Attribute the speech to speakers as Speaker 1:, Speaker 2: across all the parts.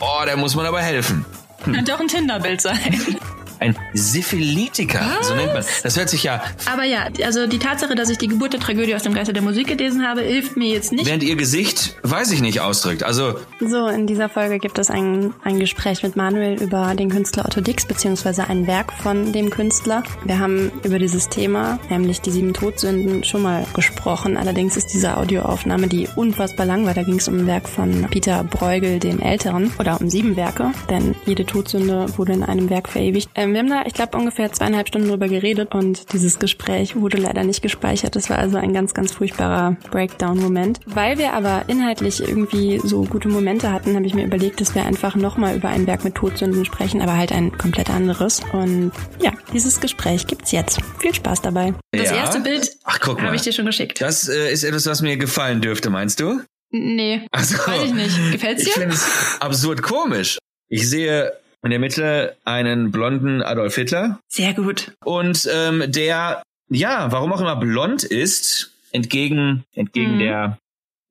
Speaker 1: Oh, da muss man aber helfen.
Speaker 2: Könnte auch ein Tinder-Bild sein.
Speaker 1: Ein Syphilitiker, so nennt man. Das hört sich ja.
Speaker 2: Aber ja, also die Tatsache, dass ich die Geburt der Tragödie aus dem Geiste der Musik gelesen habe, hilft mir jetzt nicht.
Speaker 1: Während ihr Gesicht, weiß ich nicht, ausdrückt. Also,
Speaker 3: So, in dieser Folge gibt es ein, ein Gespräch mit Manuel über den Künstler Otto Dix, beziehungsweise ein Werk von dem Künstler. Wir haben über dieses Thema, nämlich die sieben Todsünden, schon mal gesprochen. Allerdings ist diese Audioaufnahme, die unfassbar lang war, da ging es um ein Werk von Peter Bruegel, dem Älteren, oder um sieben Werke, denn jede Todsünde wurde in einem Werk verewigt. Ähm, wir haben da, ich glaube, ungefähr zweieinhalb Stunden drüber geredet und dieses Gespräch wurde leider nicht gespeichert. Das war also ein ganz, ganz furchtbarer Breakdown-Moment. Weil wir aber inhaltlich irgendwie so gute Momente hatten, habe ich mir überlegt, dass wir einfach nochmal über ein Werk mit Todsünden sprechen, aber halt ein komplett anderes. Und ja, dieses Gespräch gibt's jetzt. Viel Spaß dabei.
Speaker 2: Das
Speaker 1: ja.
Speaker 2: erste Bild
Speaker 1: Ach, guck mal.
Speaker 2: habe ich dir schon geschickt.
Speaker 1: Das äh, ist etwas, was mir gefallen dürfte, meinst du?
Speaker 2: Nee,
Speaker 1: Ach so.
Speaker 2: weiß ich nicht. Gefällt's
Speaker 1: Ich
Speaker 2: dir?
Speaker 1: finde es absurd komisch. Ich sehe in der Mitte einen blonden Adolf Hitler
Speaker 2: Sehr gut.
Speaker 1: und ähm, der, ja, warum auch immer blond ist, entgegen, entgegen
Speaker 2: Mhm.
Speaker 1: der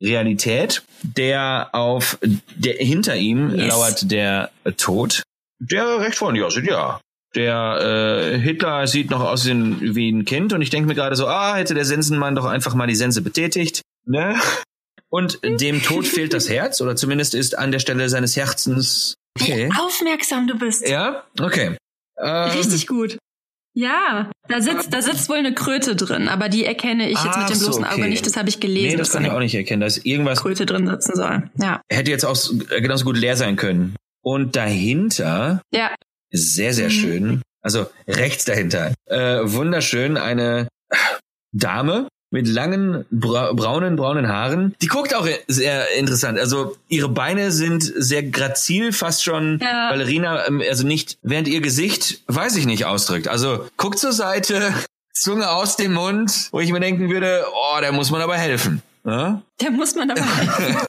Speaker 1: Realität, der auf, der hinter ihm
Speaker 2: Yes.
Speaker 1: lauert der Tod, der recht freundlich aussieht, ja. Der äh, Hitler sieht noch aus wie ein- wie ein Kind und ich denke mir gerade so, ah, hätte der Sensenmann doch einfach mal die Sense betätigt, ne? Und dem Tod fehlt das Herz oder zumindest ist an der Stelle seines Herzens. Okay.
Speaker 2: Aufmerksam du bist.
Speaker 1: Ja, okay. Ähm,
Speaker 2: Richtig gut. Ja, da sitzt, da sitzt wohl eine Kröte drin, aber die erkenne ich jetzt
Speaker 1: Ach
Speaker 2: mit dem
Speaker 1: so,
Speaker 2: bloßen
Speaker 1: okay.
Speaker 2: Auge nicht. Das habe ich gelesen,
Speaker 1: Nee, das
Speaker 2: dass da
Speaker 1: kann ich
Speaker 2: eine
Speaker 1: auch nicht erkennen. Da ist irgendwas
Speaker 2: Kröte drin sitzen soll. Ja.
Speaker 1: hätte jetzt auch s- genauso gut leer sein können. Und dahinter,
Speaker 2: Ja.
Speaker 1: sehr, sehr
Speaker 2: Mhm.
Speaker 1: schön, also rechts dahinter, äh, wunderschön, eine Dame mit langen, bra braunen, braunen Haaren. Die guckt auch sehr interessant. Also ihre Beine sind sehr grazil, fast schon
Speaker 2: Ja.
Speaker 1: Ballerina, ähm, also nicht, während ihr Gesicht, weiß ich nicht, ausdrückt. Also guckt zur Seite, Zunge aus dem Mund, wo ich mir denken würde, oh, da muss man aber helfen. Ja?
Speaker 2: Da muss man aber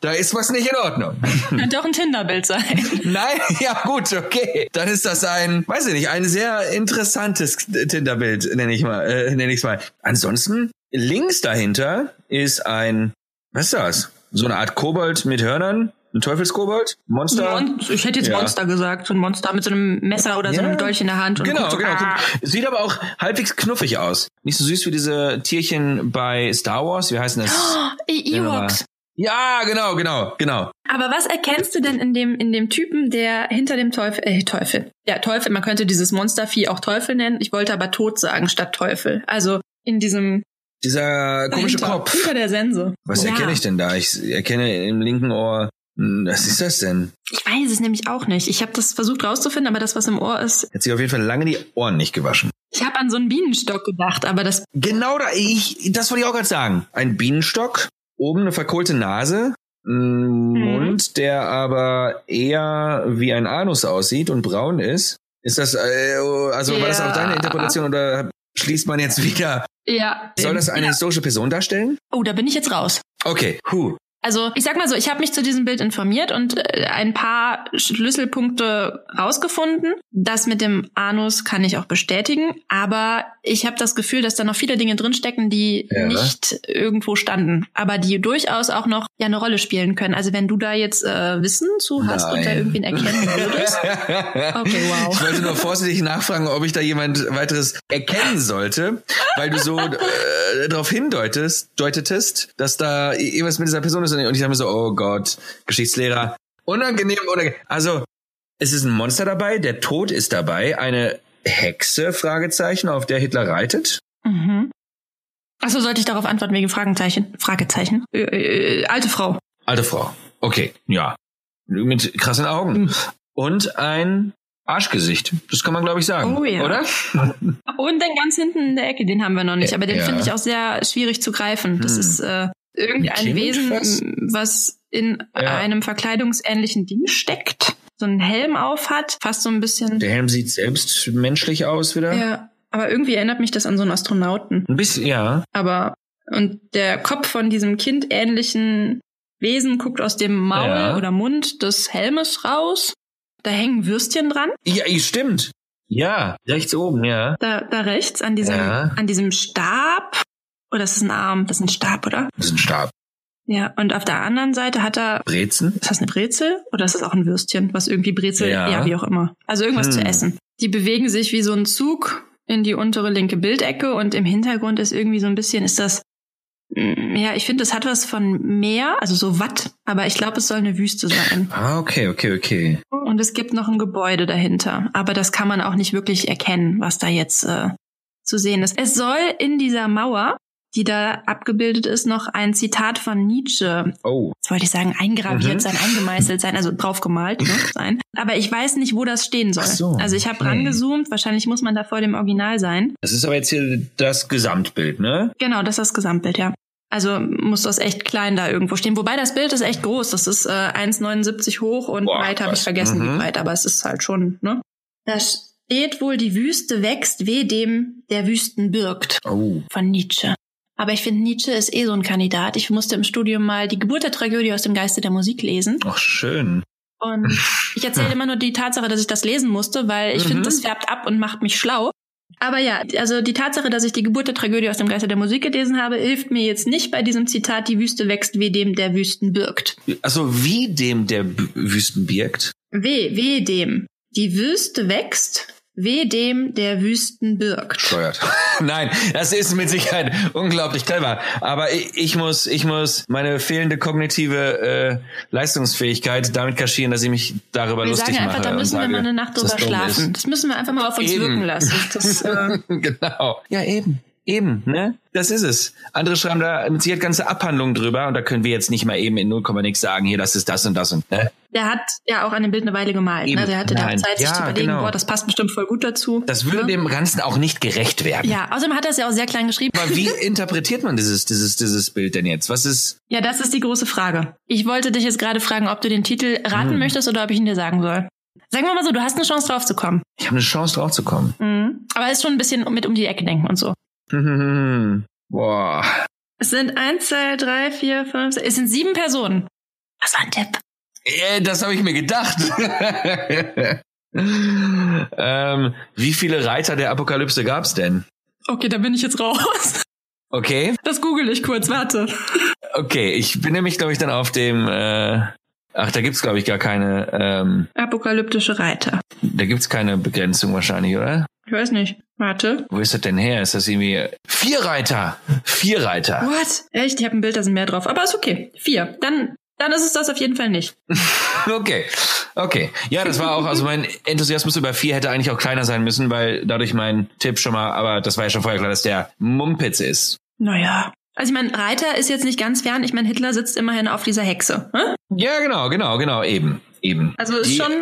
Speaker 1: Da ist was nicht in Ordnung.
Speaker 2: Könnte auch ein Tinder-Bild sein.
Speaker 1: Nein, ja gut, okay. Dann ist das ein, weiß ich nicht, ein sehr interessantes Tinder-Bild, nenne ich mal, äh, nenne ich's mal. Ansonsten, links dahinter ist ein, was ist das? So eine Art Kobold mit Hörnern, ein Teufelskobold, Monster.
Speaker 2: Mon- Ich hätte jetzt
Speaker 1: Ja.
Speaker 2: Monster gesagt, so ein Monster mit so einem Messer oder so
Speaker 1: Ja.
Speaker 2: einem Dolch in der Hand. Und
Speaker 1: Genau,
Speaker 2: guckt so,
Speaker 1: genau.
Speaker 2: Ah.
Speaker 1: guck. Sieht aber auch halbwegs knuffig aus. Nicht so süß wie diese Tierchen bei Star Wars. Wie heißen das? Äh,
Speaker 2: E Ewoks.
Speaker 1: Ja, genau, genau, genau.
Speaker 2: Aber was erkennst du denn in dem, in dem Typen, der hinter dem Teufel, äh, Teufel. Ja, Teufel, man könnte dieses Monstervieh auch Teufel nennen. Ich wollte aber tot sagen statt Teufel. Also in diesem
Speaker 1: Dieser komische
Speaker 2: dahinter,
Speaker 1: Kopf.
Speaker 2: Hinter der Sense.
Speaker 1: Was
Speaker 2: ja.
Speaker 1: erkenne ich denn da? Ich erkenne im linken Ohr, hm, was ist das denn?
Speaker 2: Ich weiß es nämlich auch nicht. Ich habe das versucht rauszufinden, aber das, was im Ohr ist.
Speaker 1: Hat sich auf jeden Fall lange die Ohren nicht gewaschen.
Speaker 2: Ich habe an so einen Bienenstock gedacht, aber das.
Speaker 1: Genau da, ich, das wollte ich auch gerade sagen. Ein Bienenstock, oben eine verkohlte Nase, ein
Speaker 2: Mhm.
Speaker 1: Mund, der aber eher wie ein Anus aussieht und braun ist. Ist das, äh, also war das
Speaker 2: Ja.
Speaker 1: auch deine Interpretation oder schließt man jetzt wieder?
Speaker 2: Ja.
Speaker 1: Soll das eine historische Person darstellen?
Speaker 2: Oh, da bin ich jetzt raus.
Speaker 1: Okay, huh.
Speaker 2: Also ich sag mal so, ich habe mich zu diesem Bild informiert und äh, ein paar Schlüsselpunkte rausgefunden. Das mit dem Anus kann ich auch bestätigen, aber ich habe das Gefühl, dass da noch viele Dinge drinstecken, die
Speaker 1: Ja.
Speaker 2: nicht irgendwo standen, aber die durchaus auch noch ja eine Rolle spielen können. Also wenn du da jetzt äh, Wissen zu hast und da
Speaker 1: Nein.
Speaker 2: irgendwen erkennen würdest. Okay, wow.
Speaker 1: Ich wollte nur vorsichtig nachfragen, ob ich da jemand weiteres erkennen sollte, weil du so äh, darauf hindeutest, deutetest, dass da irgendwas mit dieser Person ist. Und ich dachte mir so, oh Gott, Geschichtslehrer, unangenehm, unangenehm. Also, es ist ein Monster dabei, der Tod ist dabei, eine Hexe, Fragezeichen, auf der Hitler reitet.
Speaker 2: Mhm. Achso, sollte ich darauf antworten wegen Fragezeichen? Fragezeichen? Äh, äh, alte Frau.
Speaker 1: Alte Frau. Okay, ja. Mit krassen
Speaker 2: Hm.
Speaker 1: Augen. Und ein Arschgesicht. Das kann man, glaube ich, sagen.
Speaker 2: Oh ja.
Speaker 1: Oder?
Speaker 2: Und dann ganz hinten in der Ecke, den haben wir noch nicht, aber den
Speaker 1: Ja.
Speaker 2: finde ich auch sehr schwierig zu greifen. Das
Speaker 1: Hm.
Speaker 2: ist äh, irgendein
Speaker 1: Ein Kind
Speaker 2: Wesen,
Speaker 1: fast?
Speaker 2: m, was in
Speaker 1: Ja.
Speaker 2: einem verkleidungsähnlichen Ding steckt, so einen Helm auf hat, fast so ein bisschen.
Speaker 1: Der Helm sieht selbst menschlich aus wieder.
Speaker 2: Ja, aber irgendwie erinnert mich das an so einen Astronauten.
Speaker 1: Ein bisschen, ja.
Speaker 2: Aber und der Kopf von diesem kindähnlichen Wesen guckt aus dem Maul
Speaker 1: Ja.
Speaker 2: oder Mund des Helmes raus. Da hängen Würstchen dran,
Speaker 1: Ja, i- stimmt. Ja, rechts oben, ja.
Speaker 2: da, da rechts an diesem Oh,
Speaker 1: Ja.
Speaker 2: an diesem Stab. Oder ist das ein Arm? Das ist ein Stab, oder?
Speaker 1: Das ist ein Stab.
Speaker 2: Ja, und auf der anderen Seite hat er,
Speaker 1: Brezen?
Speaker 2: ist das eine Brezel oder ist das auch ein Würstchen, was irgendwie Brezel,
Speaker 1: Ja.
Speaker 2: ja, wie auch immer. Also irgendwas
Speaker 1: Hm.
Speaker 2: zu essen. Die bewegen sich wie so ein Zug in die untere linke Bildecke und im Hintergrund ist irgendwie so ein bisschen, ist das, mm, ja, ich finde, das hat was von Meer, also so Watt, aber ich glaube, es soll eine Wüste sein.
Speaker 1: Ah, okay, okay, okay.
Speaker 2: Und es gibt noch ein Gebäude dahinter, aber das kann man auch nicht wirklich erkennen, was da jetzt äh, zu sehen ist. Es soll in dieser Mauer, die da abgebildet ist, noch ein Zitat von Nietzsche
Speaker 1: Oh.
Speaker 2: jetzt wollte ich sagen, eingraviert
Speaker 1: Mhm.
Speaker 2: sein, eingemeißelt sein, also draufgemalt ne, sein. Aber ich weiß nicht, wo das stehen soll.
Speaker 1: Ach so,
Speaker 2: also ich habe
Speaker 1: okay.
Speaker 2: rangezoomt, wahrscheinlich muss man da vor dem Original sein.
Speaker 1: Das ist aber jetzt hier das Gesamtbild, ne?
Speaker 2: Genau, das ist das Gesamtbild, ja. Also muss das echt klein da irgendwo stehen. Wobei das Bild ist echt groß. Das ist äh, 1,79 hoch und
Speaker 1: Boah,
Speaker 2: breit habe ich
Speaker 1: krass.
Speaker 2: vergessen,
Speaker 1: Mhm.
Speaker 2: wie breit, aber es ist halt schon, ne? Da steht wohl, die Wüste wächst, weh dem, der Wüsten birgt
Speaker 1: Oh.
Speaker 2: von Nietzsche. Aber ich finde, Nietzsche ist eh so ein Kandidat. Ich musste im Studium mal die Geburt der Tragödie aus dem Geiste der Musik lesen.
Speaker 1: Ach, schön.
Speaker 2: Und ich erzähle immer nur die Tatsache, dass ich das lesen musste, weil ich
Speaker 1: Mhm.
Speaker 2: finde, das färbt ab und macht mich schlau. Aber ja, also die Tatsache, dass ich die Geburt der Tragödie aus dem Geiste der Musik gelesen habe, hilft mir jetzt nicht bei diesem Zitat, die Wüste wächst, wie dem der Wüsten birgt.
Speaker 1: Also wie dem der B Wüsten birgt?
Speaker 2: Weh, weh dem. Die Wüste wächst, weh dem der Wüsten birgt.
Speaker 1: Steuert. Nein, das ist mit Sicherheit unglaublich clever. Aber ich, ich muss, ich muss meine fehlende kognitive äh, Leistungsfähigkeit damit kaschieren, dass ich mich darüber
Speaker 2: Wir
Speaker 1: lustig
Speaker 2: sagen einfach,
Speaker 1: mache.
Speaker 2: da
Speaker 1: und
Speaker 2: müssen wir
Speaker 1: sage,
Speaker 2: mal eine Nacht
Speaker 1: dass
Speaker 2: drüber
Speaker 1: das dumm ist.
Speaker 2: schlafen. Das müssen wir einfach mal auf uns
Speaker 1: Eben.
Speaker 2: wirken lassen. Das, äh,
Speaker 1: genau. Ja, eben. Eben, ne? Das ist es. Andere schreiben da mit Sicherheit ganze Abhandlungen drüber und da können wir jetzt nicht mal eben in 0, nix sagen, hier, das ist das und das und, ne?
Speaker 2: der hat ja auch an dem Bild eine Weile gemalt.
Speaker 1: Eben.
Speaker 2: Ne? Der hatte
Speaker 1: Nein.
Speaker 2: da Zeit, sich
Speaker 1: Ja,
Speaker 2: zu überlegen,
Speaker 1: genau.
Speaker 2: boah, das passt bestimmt voll gut dazu.
Speaker 1: Das würde
Speaker 2: Ne?
Speaker 1: dem Ganzen auch nicht gerecht werden.
Speaker 2: Ja, außerdem hat er es ja auch sehr klein geschrieben.
Speaker 1: Aber wie interpretiert man dieses, dieses, dieses Bild denn jetzt? Was ist,
Speaker 2: Ja, das ist die große Frage. Ich wollte dich jetzt gerade fragen, ob du den Titel raten möchtest oder ob ich ihn dir sagen soll. Sagen wir mal so, du hast eine Chance drauf zu kommen.
Speaker 1: ich habe eine Chance drauf zu kommen.
Speaker 2: Mhm. Aber es ist schon ein bisschen mit um die Ecke denken und so.
Speaker 1: Hm, Boah.
Speaker 2: Es sind eins, zwei, drei, vier, fünf, sechs, es sind sieben Personen. Was war ein Tipp?
Speaker 1: Äh, das habe ich mir gedacht. ähm, wie viele Reiter der Apokalypse gab's denn?
Speaker 2: Okay, da bin ich jetzt raus.
Speaker 1: Okay.
Speaker 2: Das google ich kurz, warte.
Speaker 1: Okay, ich bin nämlich, glaube ich, dann auf dem. Äh, ach, da gibt's, glaube ich, gar keine. Ähm,
Speaker 2: Apokalyptische Reiter.
Speaker 1: da gibt's keine Begrenzung wahrscheinlich, oder?
Speaker 2: Ich weiß nicht. Warte.
Speaker 1: Wo ist das denn her? Ist das irgendwie äh, vier Reiter? Vier Reiter.
Speaker 2: What? Echt? Ich habe ein Bild, da sind mehr drauf. Aber ist okay. Vier. Dann, dann ist es das auf jeden Fall nicht.
Speaker 1: Okay, okay. Ja, das war auch. Also mein Enthusiasmus über vier hätte eigentlich auch kleiner sein müssen, weil dadurch mein Tipp schon mal. Aber das war ja schon vorher klar, dass der Mumpitz ist.
Speaker 2: Naja. Also ich meine, Reiter ist jetzt nicht ganz fern. Ich meine, Hitler sitzt immerhin auf dieser Hexe. Hm?
Speaker 1: Ja, genau, genau, genau. Eben, eben.
Speaker 2: Also ist
Speaker 1: Die-
Speaker 2: schon,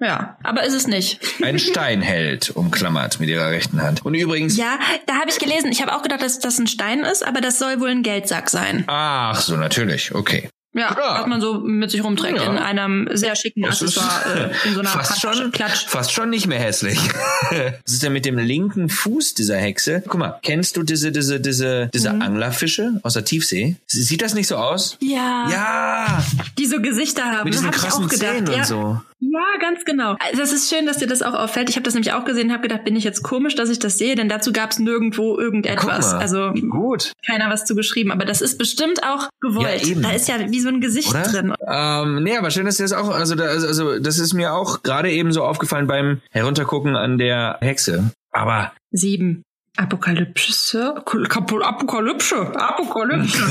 Speaker 2: ja, aber ist es nicht.
Speaker 1: Ein Stein hält, umklammert mit ihrer rechten Hand. Und übrigens.
Speaker 2: Ja, da habe ich gelesen. Ich habe auch gedacht, dass das ein Stein ist, aber das soll wohl ein Geldsack sein.
Speaker 1: Ach so, natürlich. Okay.
Speaker 2: Ja,
Speaker 1: Ja.
Speaker 2: was man so mit sich rumträgt
Speaker 1: Ja.
Speaker 2: in einem sehr schicken
Speaker 1: Das ist
Speaker 2: Accessoire, äh, in so einer
Speaker 1: fast
Speaker 2: Klatsch-
Speaker 1: schon,
Speaker 2: Klatsch.
Speaker 1: fast schon nicht mehr hässlich. Was ist denn mit dem linken Fuß dieser Hexe? Guck mal, kennst du diese, diese, diese, diese
Speaker 2: Mhm.
Speaker 1: Anglerfische aus der Tiefsee? Sie- Sieht das nicht so aus?
Speaker 2: Ja,
Speaker 1: Ja,
Speaker 2: die so Gesichter haben. ne,
Speaker 1: mit diesen
Speaker 2: hab ich auch
Speaker 1: krassen
Speaker 2: gedacht.
Speaker 1: Zähnen
Speaker 2: ja,
Speaker 1: und so.
Speaker 2: ja, ganz genau. Also das ist schön, dass dir das auch auffällt. Ich habe das nämlich auch gesehen und habe gedacht, bin ich jetzt komisch, dass ich das sehe, denn dazu gab es nirgendwo
Speaker 1: Guck
Speaker 2: irgendetwas.
Speaker 1: mal.
Speaker 2: Also
Speaker 1: Gut,
Speaker 2: keiner was zu geschrieben, aber das ist bestimmt auch gewollt.
Speaker 1: Ja, eben.
Speaker 2: da ist ja wie so ein Gesicht
Speaker 1: oder?
Speaker 2: drin.
Speaker 1: Ähm, nee, aber schön, dass dir das auch, also, da, also- also das ist mir auch gerade eben so aufgefallen beim Heruntergucken an der Hexe. Aber
Speaker 2: Sieben. Apokalypse? Kapo- Apokalypse? Apokalypse?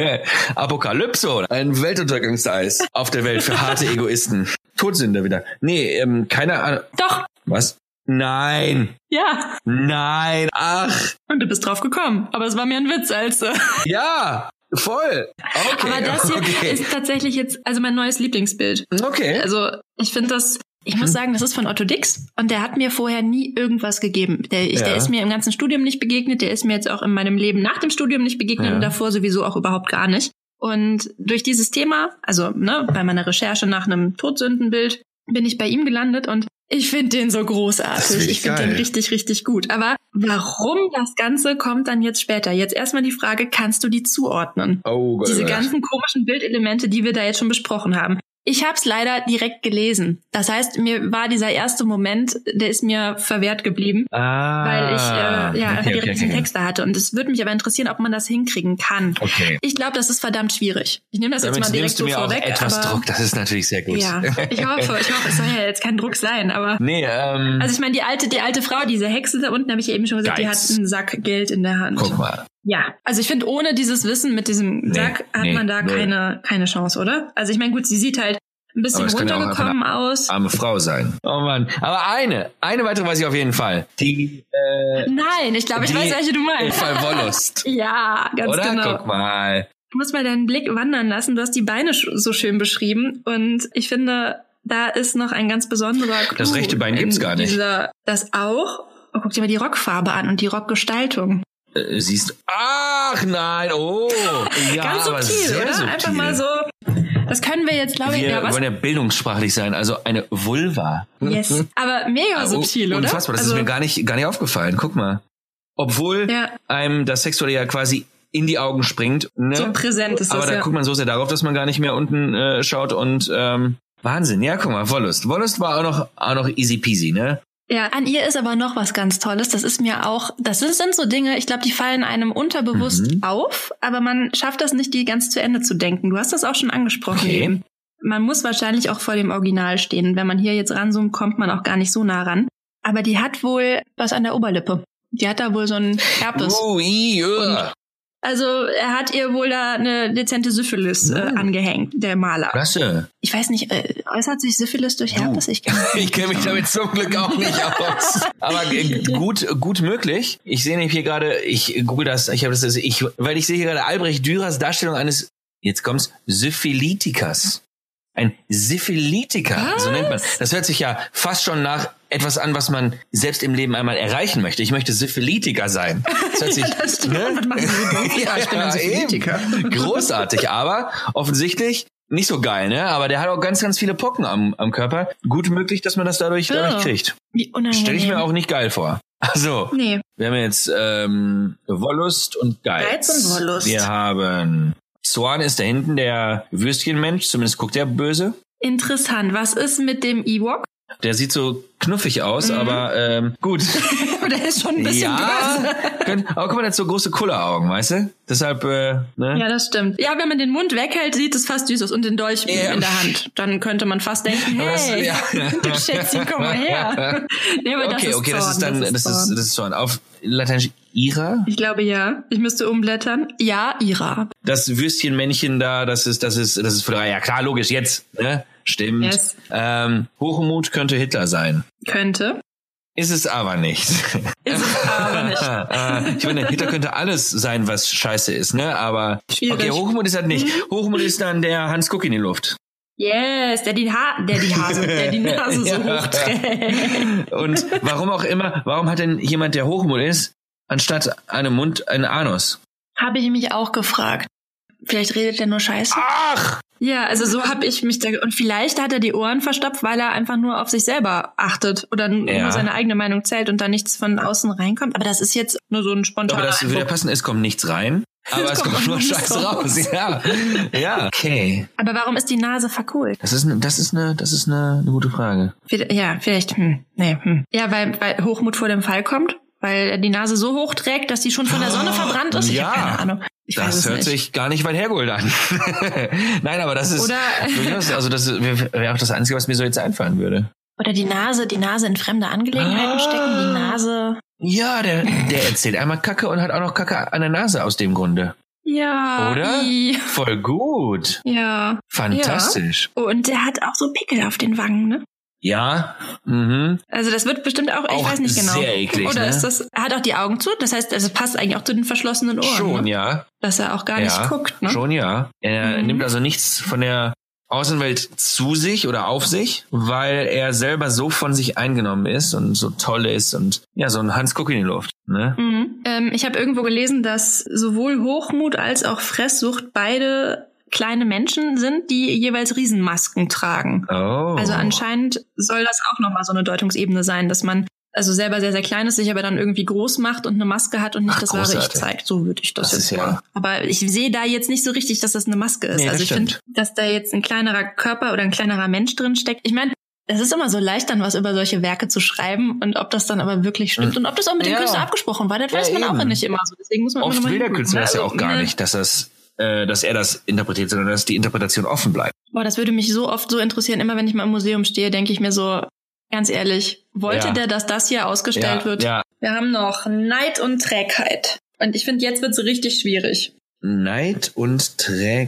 Speaker 1: Apokalypse oder ein Weltuntergangseis auf der Welt für harte Egoisten. Todsünder wieder. Nee, ähm, keine Ahnung.
Speaker 2: Doch,
Speaker 1: Was? Nein.
Speaker 2: ja.
Speaker 1: Nein. Ach.
Speaker 2: Und du bist drauf gekommen. Aber es war mir ein Witz, als. Äh.
Speaker 1: Ja. Voll. Okay.
Speaker 2: aber das hier
Speaker 1: okay.
Speaker 2: ist tatsächlich jetzt, also mein neues Lieblingsbild.
Speaker 1: okay. Mhm.
Speaker 2: Also, ich finde das. Ich muss sagen, das ist von Otto Dix und der hat mir vorher nie irgendwas gegeben. Der, ich,
Speaker 1: Ja.
Speaker 2: der ist mir im ganzen Studium nicht begegnet, der ist mir jetzt auch in meinem Leben nach dem Studium nicht begegnet
Speaker 1: Ja.
Speaker 2: und davor sowieso auch überhaupt gar nicht. Und durch dieses Thema, also ne, bei meiner Recherche nach einem Todsündenbild, bin ich bei ihm gelandet und ich finde den so
Speaker 1: Das ist
Speaker 2: großartig. Ich finde
Speaker 1: geil.
Speaker 2: den richtig, richtig gut. Aber warum das Ganze kommt dann jetzt später? Jetzt erstmal die Frage, kannst du die zuordnen?
Speaker 1: Oh Gott.
Speaker 2: diese
Speaker 1: Gott.
Speaker 2: ganzen komischen Bildelemente, die wir da jetzt schon besprochen haben. Ich habe es leider direkt gelesen. Das heißt, mir war dieser erste Moment, der ist mir verwehrt geblieben,
Speaker 1: Ah.
Speaker 2: weil ich äh, ja,
Speaker 1: okay,
Speaker 2: direkt
Speaker 1: okay,
Speaker 2: diesen
Speaker 1: okay.
Speaker 2: Text da hatte. Und es würde mich aber interessieren, ob man das hinkriegen kann.
Speaker 1: Okay.
Speaker 2: Ich glaube, das ist verdammt schwierig. Ich nehme das
Speaker 1: Damit
Speaker 2: jetzt mal direkt
Speaker 1: nimmst du
Speaker 2: so
Speaker 1: mir auch
Speaker 2: vorweg.
Speaker 1: etwas
Speaker 2: aber
Speaker 1: Druck. Das ist natürlich sehr gut.
Speaker 2: Ja, ich hoffe, ich hoffe, es soll ja jetzt kein Druck sein, aber.
Speaker 1: Nee, ähm,
Speaker 2: Also ich meine, die alte, die alte Frau, diese Hexe da unten, habe ich ja eben schon gesagt,
Speaker 1: Geiz.
Speaker 2: die hat einen Sack Geld in der Hand.
Speaker 1: guck mal.
Speaker 2: Ja. Also ich finde, ohne dieses Wissen mit diesem
Speaker 1: Nee,
Speaker 2: Sack hat
Speaker 1: nee,
Speaker 2: man da
Speaker 1: null.
Speaker 2: keine, keine Chance, oder? Also ich meine, gut, sie sieht halt ein bisschen
Speaker 1: Aber es kann ja auch
Speaker 2: runtergekommen aus.
Speaker 1: Arme Frau sein. Oh Mann. Aber eine, eine weitere weiß ich auf jeden Fall. Die, äh,
Speaker 2: Nein, ich glaube, ich
Speaker 1: die-
Speaker 2: weiß, welche du
Speaker 1: im
Speaker 2: meinst.
Speaker 1: Fall Wollust.
Speaker 2: Ja, ganz
Speaker 1: Oder?
Speaker 2: genau.
Speaker 1: Guck mal.
Speaker 2: Du musst mal deinen Blick wandern lassen. Du hast die Beine sch- so schön beschrieben und ich finde, da ist noch ein ganz besonderer Clou
Speaker 1: Das rechte Bein
Speaker 2: in
Speaker 1: gibt's gar nicht.
Speaker 2: Dieser, das auch. Oh, guck dir mal die Rockfarbe an und die Rockgestaltung.
Speaker 1: Äh, siehst Ach nein, oh. Ja,
Speaker 2: Ganz
Speaker 1: aber
Speaker 2: subtil,
Speaker 1: sehr
Speaker 2: oder?
Speaker 1: subtil.
Speaker 2: Einfach mal so. Das können wir jetzt, glaube ich,
Speaker 1: Wir
Speaker 2: ja, was?
Speaker 1: wollen ja bildungssprachlich sein, also eine Vulva.
Speaker 2: Yes. Aber mega
Speaker 1: Ah, oh,
Speaker 2: subtil, oder?
Speaker 1: Unfassbar, das
Speaker 2: Also,
Speaker 1: ist mir gar nicht, gar nicht aufgefallen. Guck mal. Obwohl
Speaker 2: Ja.
Speaker 1: einem das Sexuelle ja quasi in die Augen springt. Ne?
Speaker 2: so präsent ist
Speaker 1: Aber
Speaker 2: das
Speaker 1: da
Speaker 2: ja.
Speaker 1: guckt man so sehr darauf, dass man gar nicht mehr unten äh, schaut und ähm, Wahnsinn. Ja, guck mal, Wollust. Wollust war auch noch, auch noch easy peasy, ne?
Speaker 2: Ja, an ihr ist aber noch was ganz Tolles. Das ist mir auch, das sind, sind so Dinge, ich glaube, die fallen einem unterbewusst
Speaker 1: Mhm.
Speaker 2: auf, aber man schafft das nicht, die ganz zu Ende zu denken. Du hast das auch schon angesprochen.
Speaker 1: Okay.
Speaker 2: eben. Man muss wahrscheinlich auch vor dem Original stehen. Wenn man hier jetzt ranzoomt, kommt man auch gar nicht so nah ran. Aber die hat wohl was an der Oberlippe. Die hat da wohl so ein Herpes.
Speaker 1: Uh, i, uh.
Speaker 2: Also er hat ihr wohl da eine dezente Syphilis äh,
Speaker 1: Oh.
Speaker 2: angehängt, der Maler.
Speaker 1: Klasse.
Speaker 2: Ich weiß nicht, äh, äußert sich Syphilis durch
Speaker 1: Du.
Speaker 2: Herpes? Ich kann
Speaker 1: Ich kenne mich damit zum Glück auch nicht aus. Aber äh, gut, gut möglich. Ich sehe nämlich hier gerade, ich äh, google das, ich habe das, ich, weil ich sehe hier gerade Albrecht Dürers Darstellung eines, jetzt kommt's, Syphilitikers. Ein Syphilitiker, so nennt man. Das hört sich ja fast schon nach etwas an, was man selbst im Leben einmal erreichen möchte. Ich möchte Syphilitiker sein. Das hört sich, ne?
Speaker 2: das stimmt. Was machen Sie denn? Ja, ich bin ein Syphilitiker.
Speaker 1: eben. Großartig, aber offensichtlich nicht so geil, ne? Aber der hat auch ganz, ganz viele Pocken am, am Körper. Gut möglich, dass man das dadurch,
Speaker 2: Ja. Mhm.
Speaker 1: dadurch kriegt.
Speaker 2: Wie unangenehm.
Speaker 1: Stelle ich mir auch nicht geil vor. Also,
Speaker 2: Nee.
Speaker 1: wir haben jetzt ähm, Wollust und Geiz.
Speaker 2: Geiz und Wollust.
Speaker 1: Wir haben Swan ist da hinten der Würstchenmensch, zumindest guckt der böse.
Speaker 2: Interessant. Was ist mit dem Ewok?
Speaker 1: Der sieht so knuffig aus, aber ähm, gut.
Speaker 2: Der ist schon ein Mhm. bisschen böse.
Speaker 1: ja, können, aber guck mal, der hat so große Kulleraugen, weißt du? Deshalb, äh, ne?
Speaker 2: Ja, das stimmt. Ja, wenn man den Mund weghält, sieht es fast süß aus und den Dolch
Speaker 1: Ja.
Speaker 2: in der Hand. Dann könnte man fast denken,
Speaker 1: Aber das-
Speaker 2: hey,
Speaker 1: ja.
Speaker 2: du Schätzchen, komm mal her. Nee, aber das
Speaker 1: okay,
Speaker 2: ist
Speaker 1: okay, das
Speaker 2: Zorn,
Speaker 1: ist dann, das ist,
Speaker 2: Zorn.
Speaker 1: das ist Zorn. Auf Lateinisch Ira?
Speaker 2: ich glaube ja. Ich müsste umblättern. Ja, Ira.
Speaker 1: Das Würstchenmännchen da, das ist, das ist, das ist für ja klar, logisch, jetzt, ne? Stimmt.
Speaker 2: Yes.
Speaker 1: Ähm, Hochmut könnte Hitler sein.
Speaker 2: Könnte.
Speaker 1: Ist es aber nicht.
Speaker 2: Ist es aber nicht.
Speaker 1: Äh, ich meine, Hitler könnte alles sein, was scheiße ist, ne? Aber
Speaker 2: Schwierig.
Speaker 1: okay,
Speaker 2: Mhm.
Speaker 1: Hochmut ist halt nicht. Hochmut ist dann der Hans Guck in die Luft.
Speaker 2: Yes, der die, ha der die Hase, der die Nase so
Speaker 1: Ja.
Speaker 2: hoch trägt.
Speaker 1: Und warum auch immer, warum hat denn jemand, der Hochmut ist, anstatt einem Mund einen Anus?
Speaker 2: Habe ich mich auch gefragt. Vielleicht redet er nur Scheiße.
Speaker 1: Ach!
Speaker 2: Ja, also so habe ich mich da. Und vielleicht hat er die Ohren verstopft, weil er einfach nur auf sich selber achtet oder n-
Speaker 1: Ja.
Speaker 2: nur seine eigene Meinung zählt und da nichts von außen reinkommt. Aber das ist jetzt nur so ein
Speaker 1: Aber
Speaker 2: spontaner
Speaker 1: das würde ja
Speaker 2: Eindruck.
Speaker 1: passen, es kommt nichts rein. Aber es kommt,
Speaker 2: kommt
Speaker 1: nur
Speaker 2: auch nichts
Speaker 1: Scheiß
Speaker 2: raus.
Speaker 1: raus. Ja. ja. Okay.
Speaker 2: Aber warum ist die Nase verkohlt?
Speaker 1: Das ist, ne- das ist, eine, das ist eine, eine gute Frage.
Speaker 2: Vielleicht- Ja, vielleicht. Hm, nee, hm. Ja, weil, weil Hochmut vor dem Fall kommt, weil er die Nase so hoch trägt, dass die schon von der Sonne verbrannt ist. Ich
Speaker 1: Ja.
Speaker 2: habe keine Ahnung. Ich weiß
Speaker 1: das
Speaker 2: es
Speaker 1: hört
Speaker 2: nicht.
Speaker 1: sich gar nicht weit hergeholt an. Nein, aber das ist
Speaker 2: Oder-
Speaker 1: durchaus, also das wäre wär auch das Einzige, was mir so jetzt einfallen würde.
Speaker 2: Oder die Nase, die Nase in fremde Angelegenheiten
Speaker 1: Ah.
Speaker 2: stecken, die Nase.
Speaker 1: Ja, der, der erzählt einmal Kacke und hat auch noch Kacke an der Nase aus dem Grunde.
Speaker 2: Ja.
Speaker 1: Oder?
Speaker 2: i.
Speaker 1: Voll gut.
Speaker 2: Ja. Oh,
Speaker 1: Fantastisch.
Speaker 2: Und der hat auch so Pickel auf den Wangen, ne?
Speaker 1: Ja. Mhm.
Speaker 2: Also das wird bestimmt auch, ich
Speaker 1: Auch
Speaker 2: weiß nicht genau.
Speaker 1: sehr eklig,
Speaker 2: Oder
Speaker 1: ne?
Speaker 2: ist das, er hat auch die Augen zu, das heißt, also es passt eigentlich auch zu den verschlossenen Ohren,
Speaker 1: Schon,
Speaker 2: ne?
Speaker 1: ja.
Speaker 2: dass er auch gar
Speaker 1: Ja,
Speaker 2: nicht guckt, ne?
Speaker 1: Schon ja. Er
Speaker 2: Mhm.
Speaker 1: nimmt also nichts von der Außenwelt zu sich oder auf sich, weil er selber so von sich eingenommen ist und so toll ist und ja, so ein Hans Guck in die Luft. Ne?
Speaker 2: Mhm. Ähm, ich habe irgendwo gelesen, dass sowohl Hochmut als auch Fresssucht beide kleine Menschen sind, die jeweils Riesenmasken tragen.
Speaker 1: Oh.
Speaker 2: Also anscheinend soll das auch nochmal so eine Deutungsebene sein, dass man also selber sehr, sehr klein ist, sich aber dann irgendwie groß macht und eine Maske hat und nicht
Speaker 1: Ach,
Speaker 2: das wahre Ich
Speaker 1: großartig.
Speaker 2: zeigt. So würde ich das,
Speaker 1: Das
Speaker 2: jetzt
Speaker 1: ist ja-
Speaker 2: sagen. Aber ich sehe da jetzt nicht so richtig, dass das eine Maske ist.
Speaker 1: Nee, das
Speaker 2: also ich finde, dass da jetzt ein kleinerer Körper oder ein kleinerer Mensch drin steckt. Ich meine, es ist immer so leicht, dann was über solche Werke zu schreiben und ob das dann aber wirklich stimmt und ob das auch mit dem
Speaker 1: Äh, Ja.
Speaker 2: Künstler abgesprochen war, das
Speaker 1: Ja,
Speaker 2: weiß man auch
Speaker 1: eben.
Speaker 2: nicht immer so. Deswegen muss man immer
Speaker 1: Oft
Speaker 2: noch mal
Speaker 1: will der
Speaker 2: hingucken,
Speaker 1: Künstler
Speaker 2: ne?
Speaker 1: das ja
Speaker 2: Also,
Speaker 1: auch gar
Speaker 2: ne,
Speaker 1: nicht, dass, das, äh, dass er das interpretiert, sondern dass die Interpretation offen bleibt.
Speaker 2: Boah, das würde mich so oft so interessieren. Immer wenn ich mal im Museum stehe, denke ich mir so, ganz ehrlich, wollte
Speaker 1: Ja.
Speaker 2: der, dass das hier ausgestellt
Speaker 1: ja,
Speaker 2: wird?
Speaker 1: ja,
Speaker 2: Wir haben noch Neid und Trägheit. Und ich finde, jetzt wird's richtig schwierig.
Speaker 1: Neid und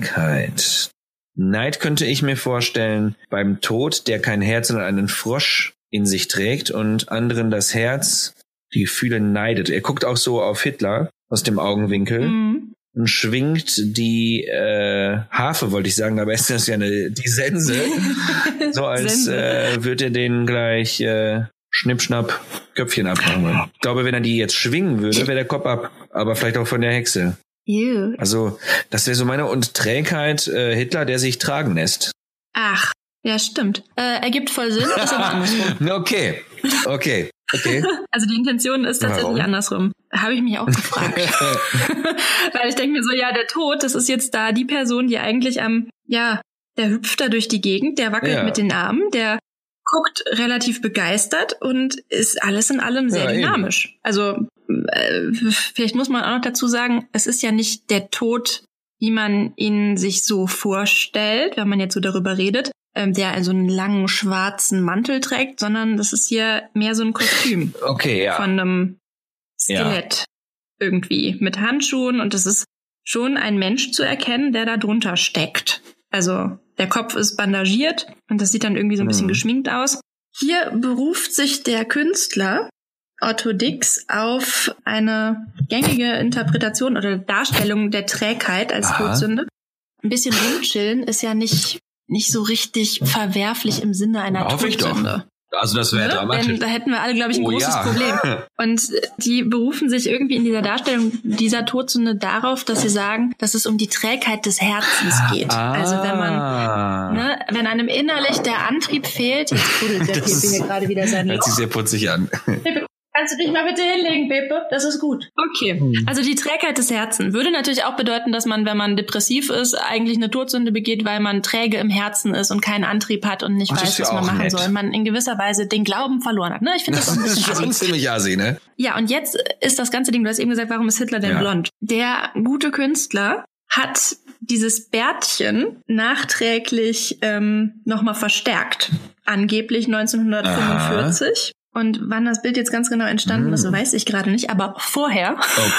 Speaker 1: Trägheit. Neid könnte ich mir vorstellen beim Tod, der kein Herz, sondern einen Frosch in sich trägt und anderen das Herz, die Gefühle neidet. Er guckt auch so auf Hitler aus dem Augenwinkel
Speaker 2: Mhm.
Speaker 1: und schwingt die äh, Harfe, wollte ich sagen, aber ist das ja eine, die Sense. So als
Speaker 2: Sense.
Speaker 1: äh, würde er den gleich äh, schnippschnapp Köpfchen abhauen. wollen. Ich glaube, wenn er die jetzt schwingen würde, wäre der Kopf ab. Aber vielleicht auch von der Hexe.
Speaker 2: Ew.
Speaker 1: Also, das wäre so meine und Trägheit äh, Hitler, der sich tragen lässt.
Speaker 2: Ach, ja, stimmt. Äh, ergibt voll Sinn, ist aber andersrum.
Speaker 1: okay. Okay. Okay.
Speaker 2: Also die Intention ist tatsächlich
Speaker 1: Warum?
Speaker 2: andersrum. Habe ich mich auch gefragt. Weil ich denke mir so, ja, der Tod, das ist jetzt da die Person, die eigentlich am, ja, der hüpft da durch die Gegend, der wackelt
Speaker 1: Ja.
Speaker 2: mit den Armen, der guckt relativ begeistert und ist alles in allem sehr
Speaker 1: Ja, eben.
Speaker 2: dynamisch. Also äh, vielleicht muss man auch noch dazu sagen, es ist ja nicht der Tod, wie man ihn sich so vorstellt, wenn man jetzt so darüber redet, ähm, der also einen langen schwarzen Mantel trägt, sondern das ist hier mehr so ein Kostüm
Speaker 1: Okay, ja.
Speaker 2: von einem
Speaker 1: Ja.
Speaker 2: Skelett irgendwie mit Handschuhen und es ist schon ein Mensch zu erkennen, der da drunter steckt. Also der Kopf ist bandagiert und das sieht dann irgendwie so ein bisschen
Speaker 1: Mhm.
Speaker 2: geschminkt aus. Hier beruft sich der Künstler Otto Dix auf eine gängige Interpretation oder Darstellung der Trägheit als
Speaker 1: Aha.
Speaker 2: Todsünde. Ein bisschen rumchillen ist ja nicht, nicht so richtig verwerflich im Sinne einer
Speaker 1: Hoffe ich doch.
Speaker 2: Todsünde.
Speaker 1: Also das
Speaker 2: Ne? Denn da hätten wir alle, glaube ich, ein
Speaker 1: Oh,
Speaker 2: großes
Speaker 1: ja.
Speaker 2: Problem. Und äh, die berufen sich irgendwie in dieser Darstellung dieser Todsünde darauf, dass sie sagen, dass es um die Trägheit des Herzens
Speaker 1: Ah,
Speaker 2: geht. Also wenn man,
Speaker 1: man.
Speaker 2: ne, wenn einem innerlich der Antrieb fehlt, jetzt sprudelt der
Speaker 1: Das-
Speaker 2: Pepe hier gerade wieder sein
Speaker 1: Hört
Speaker 2: Loch.
Speaker 1: sich sehr putzig an.
Speaker 2: Kannst du dich mal bitte hinlegen, Pepe? Das ist gut. Okay.
Speaker 1: Hm.
Speaker 2: Also die Trägheit des Herzens würde natürlich auch bedeuten, dass man, wenn man depressiv ist, eigentlich eine Todsünde begeht, weil man träge im Herzen ist und keinen Antrieb hat und nicht
Speaker 1: Ach, das
Speaker 2: weiß,
Speaker 1: ist ja
Speaker 2: was man
Speaker 1: auch
Speaker 2: machen
Speaker 1: nett.
Speaker 2: soll. Man in gewisser Weise den Glauben verloren hat. Ne? Ich finde das,
Speaker 1: Das
Speaker 2: auch ein
Speaker 1: ist
Speaker 2: bisschen assi.
Speaker 1: schon ziemlich assi, ne?
Speaker 2: Ja, und jetzt ist das ganze Ding, du hast eben gesagt, warum ist Hitler denn
Speaker 1: Ja.
Speaker 2: blond? Der gute Künstler hat dieses Bärtchen nachträglich ähm, nochmal verstärkt. Angeblich 1945. Und wann das Bild jetzt ganz genau entstanden ist,
Speaker 1: Mm.
Speaker 2: weiß ich gerade nicht, aber vorher.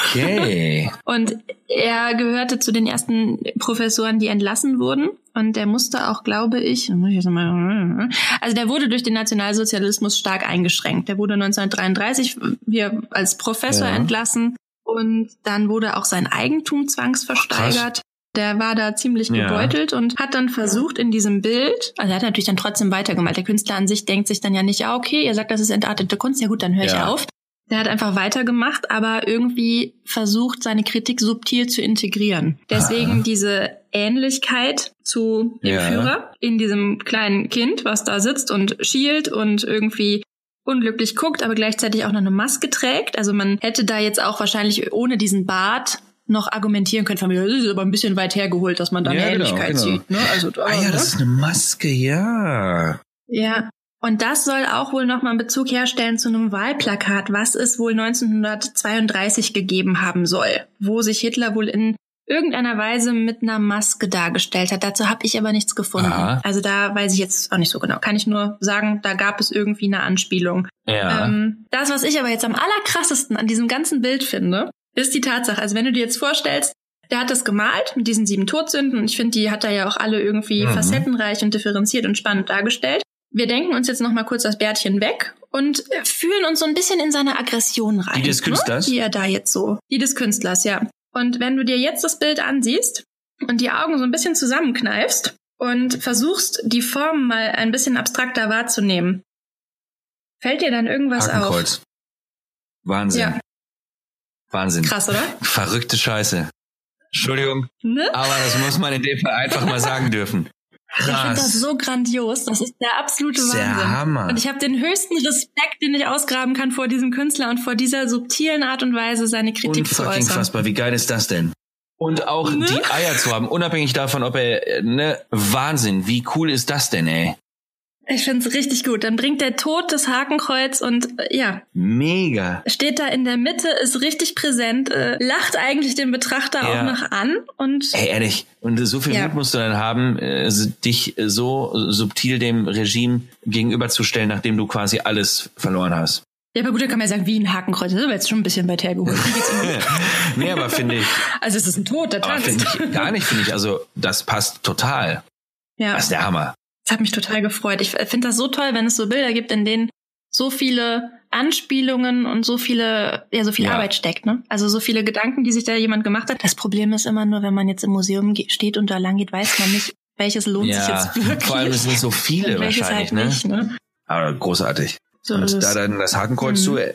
Speaker 1: Okay.
Speaker 2: Und er gehörte zu den ersten Professoren, die entlassen wurden. Und der musste auch, glaube ich, muss ich jetzt noch mal- also der wurde durch den Nationalsozialismus stark eingeschränkt. Der wurde 1933 hier als Professor
Speaker 1: Ja.
Speaker 2: entlassen und dann wurde auch sein Eigentum zwangsversteigert. Der war da ziemlich
Speaker 1: Ja.
Speaker 2: gebeutelt und hat dann versucht in diesem Bild, also er hat natürlich dann trotzdem weitergemalt. Der Künstler an sich denkt sich dann ja nicht, ja okay, ihr sagt, das ist entartete Kunst, ja gut, dann höre ich
Speaker 1: Ja.
Speaker 2: auf. Der hat einfach weitergemacht, aber irgendwie versucht, seine Kritik subtil zu integrieren. Deswegen diese Ähnlichkeit zu dem
Speaker 1: Ah. Ja.
Speaker 2: Führer in diesem kleinen Kind, was da sitzt und schielt und irgendwie unglücklich guckt, aber gleichzeitig auch noch eine Maske trägt. Also man hätte da jetzt auch wahrscheinlich ohne diesen Bart noch argumentieren können, von mir, das ist aber ein bisschen weit hergeholt, dass man da
Speaker 1: Ja,
Speaker 2: eine
Speaker 1: genau,
Speaker 2: Ähnlichkeit
Speaker 1: genau.
Speaker 2: sieht. Ne? Also,
Speaker 1: Ah ja,
Speaker 2: ne?
Speaker 1: das ist eine Maske, ja.
Speaker 2: Ja. Und das soll auch wohl nochmal einen Bezug herstellen zu einem Wahlplakat, was es wohl 1932 gegeben haben soll, wo sich Hitler wohl in irgendeiner Weise mit einer Maske dargestellt hat. Dazu habe ich aber nichts gefunden.
Speaker 1: Aha.
Speaker 2: Also da weiß ich jetzt auch nicht so genau. Kann ich nur sagen, da gab es irgendwie eine Anspielung.
Speaker 1: Ja.
Speaker 2: Ähm, das, was ich aber jetzt am allerkrassesten an diesem ganzen Bild finde, ist die Tatsache. Also wenn du dir jetzt vorstellst, der hat das gemalt mit diesen sieben Todsünden und ich finde, die hat er ja auch alle irgendwie
Speaker 1: Mhm.
Speaker 2: facettenreich und differenziert und spannend dargestellt. Wir denken uns jetzt noch mal kurz das Bärtchen weg und äh, fühlen uns so ein bisschen in seine Aggression rein.
Speaker 1: Die des
Speaker 2: ne?
Speaker 1: Künstlers?
Speaker 2: Die er da jetzt so. Die des Künstlers, ja. Und wenn du dir jetzt das Bild ansiehst und die Augen so ein bisschen zusammenkneifst und versuchst, die Form mal ein bisschen abstrakter wahrzunehmen, fällt dir dann irgendwas auf?
Speaker 1: Hakenkreuz. Wahnsinn.
Speaker 2: Ja.
Speaker 1: Wahnsinn.
Speaker 2: Krass, oder?
Speaker 1: Verrückte Scheiße. Entschuldigung,
Speaker 2: Ne?
Speaker 1: aber das muss man in dem Fall einfach mal sagen dürfen.
Speaker 2: Ich finde das
Speaker 1: Krass.
Speaker 2: so grandios. Das ist der absolute
Speaker 1: Ist
Speaker 2: Wahnsinn.
Speaker 1: der Hammer.
Speaker 2: Und ich habe den höchsten Respekt, den ich ausgraben kann vor diesem Künstler und vor dieser subtilen Art und Weise, seine Kritik zu
Speaker 1: Unfucking
Speaker 2: äußern.
Speaker 1: fassbar. Wie geil ist das denn? Und auch
Speaker 2: Ne?
Speaker 1: die Eier zu haben, unabhängig davon, ob er, äh, ne, Wahnsinn, wie cool ist das denn, ey?
Speaker 2: Ich finde es richtig gut. Dann bringt der Tod das Hakenkreuz und äh, ja,
Speaker 1: Mega.
Speaker 2: steht da in der Mitte, ist richtig präsent, äh, lacht eigentlich den Betrachter
Speaker 1: Ja.
Speaker 2: auch noch an und
Speaker 1: Ey, ehrlich, und so viel
Speaker 2: Ja.
Speaker 1: Mut musst du dann haben, äh, dich so äh, subtil dem Regime gegenüberzustellen, nachdem du quasi alles verloren hast.
Speaker 2: ja, aber gut, da kann man ja sagen, wie ein Hakenkreuz. Das ist aber jetzt schon ein bisschen weit hergeholt. Wie geht's ihm?
Speaker 1: nee, aber finde ich,
Speaker 2: also es ist ein Tod, der
Speaker 1: aber finde
Speaker 2: tanzt.
Speaker 1: ich gar nicht, finde ich, also das passt total.
Speaker 2: Ja,
Speaker 1: Das ist
Speaker 2: das
Speaker 1: der Hammer.
Speaker 2: hat mich total gefreut. Ich finde das so toll, wenn es so Bilder gibt, in denen so viele Anspielungen und so viele, ja, so viel
Speaker 1: Ja.
Speaker 2: Arbeit steckt, ne? Also so viele Gedanken, die sich da jemand gemacht hat. Das Problem ist immer nur, wenn man jetzt im Museum ge- steht und da lang geht, weiß man nicht, welches lohnt sich jetzt wirklich.
Speaker 1: vor allem es sind so viele
Speaker 2: und welches
Speaker 1: wahrscheinlich,
Speaker 2: halt
Speaker 1: ne?
Speaker 2: nicht, ne?
Speaker 1: Aber großartig.
Speaker 2: So ist
Speaker 1: und
Speaker 2: es.
Speaker 1: da dann das Hakenkreuz
Speaker 2: Mhm.
Speaker 1: zu äh,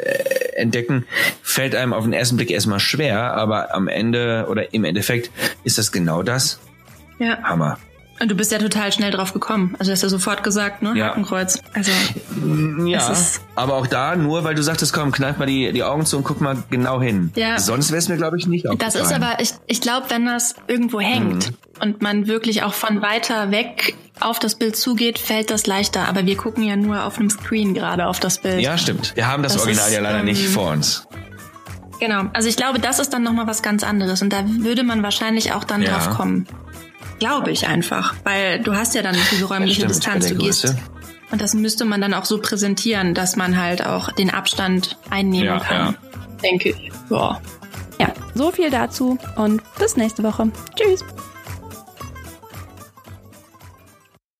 Speaker 1: entdecken, fällt einem auf den ersten Blick erstmal schwer, aber am Ende oder im Endeffekt ist das genau das.
Speaker 2: ja.
Speaker 1: Hammer.
Speaker 2: Und du bist ja total schnell drauf gekommen. Also du hast ja sofort gesagt, ne?
Speaker 1: Ja.
Speaker 2: Hakenkreuz. Also
Speaker 1: Mm, Ja,
Speaker 2: Es ist-
Speaker 1: aber auch da nur, weil du sagtest, komm, kneif mal die, die Augen zu und guck mal genau hin.
Speaker 2: Ja.
Speaker 1: Sonst wäre es mir, glaube ich, nicht
Speaker 2: das ist
Speaker 1: aufgefallen.
Speaker 2: aber, ich, ich glaube, wenn das irgendwo
Speaker 1: Mhm.
Speaker 2: hängt und man wirklich auch von weiter weg auf das Bild zugeht, fällt das leichter. Aber wir gucken ja nur auf einem Screen gerade auf das Bild.
Speaker 1: Ja, stimmt. Wir haben das,
Speaker 2: Das
Speaker 1: Original
Speaker 2: ist,
Speaker 1: ja leider
Speaker 2: ähm,
Speaker 1: nicht vor uns.
Speaker 2: Genau. Also ich glaube, das ist dann nochmal was ganz anderes. Und da würde man wahrscheinlich auch dann
Speaker 1: Ja.
Speaker 2: drauf kommen. Glaube ich einfach. Weil du hast ja dann diese räumliche
Speaker 1: Stimmt,
Speaker 2: Distanz,
Speaker 1: bei
Speaker 2: du
Speaker 1: der
Speaker 2: gehst.
Speaker 1: Größe.
Speaker 2: Und das müsste man dann auch so präsentieren, dass man halt auch den Abstand einnehmen
Speaker 1: Ja,
Speaker 2: kann. Denke ich. Ja.
Speaker 3: Ja, so viel dazu und bis nächste Woche. Tschüss.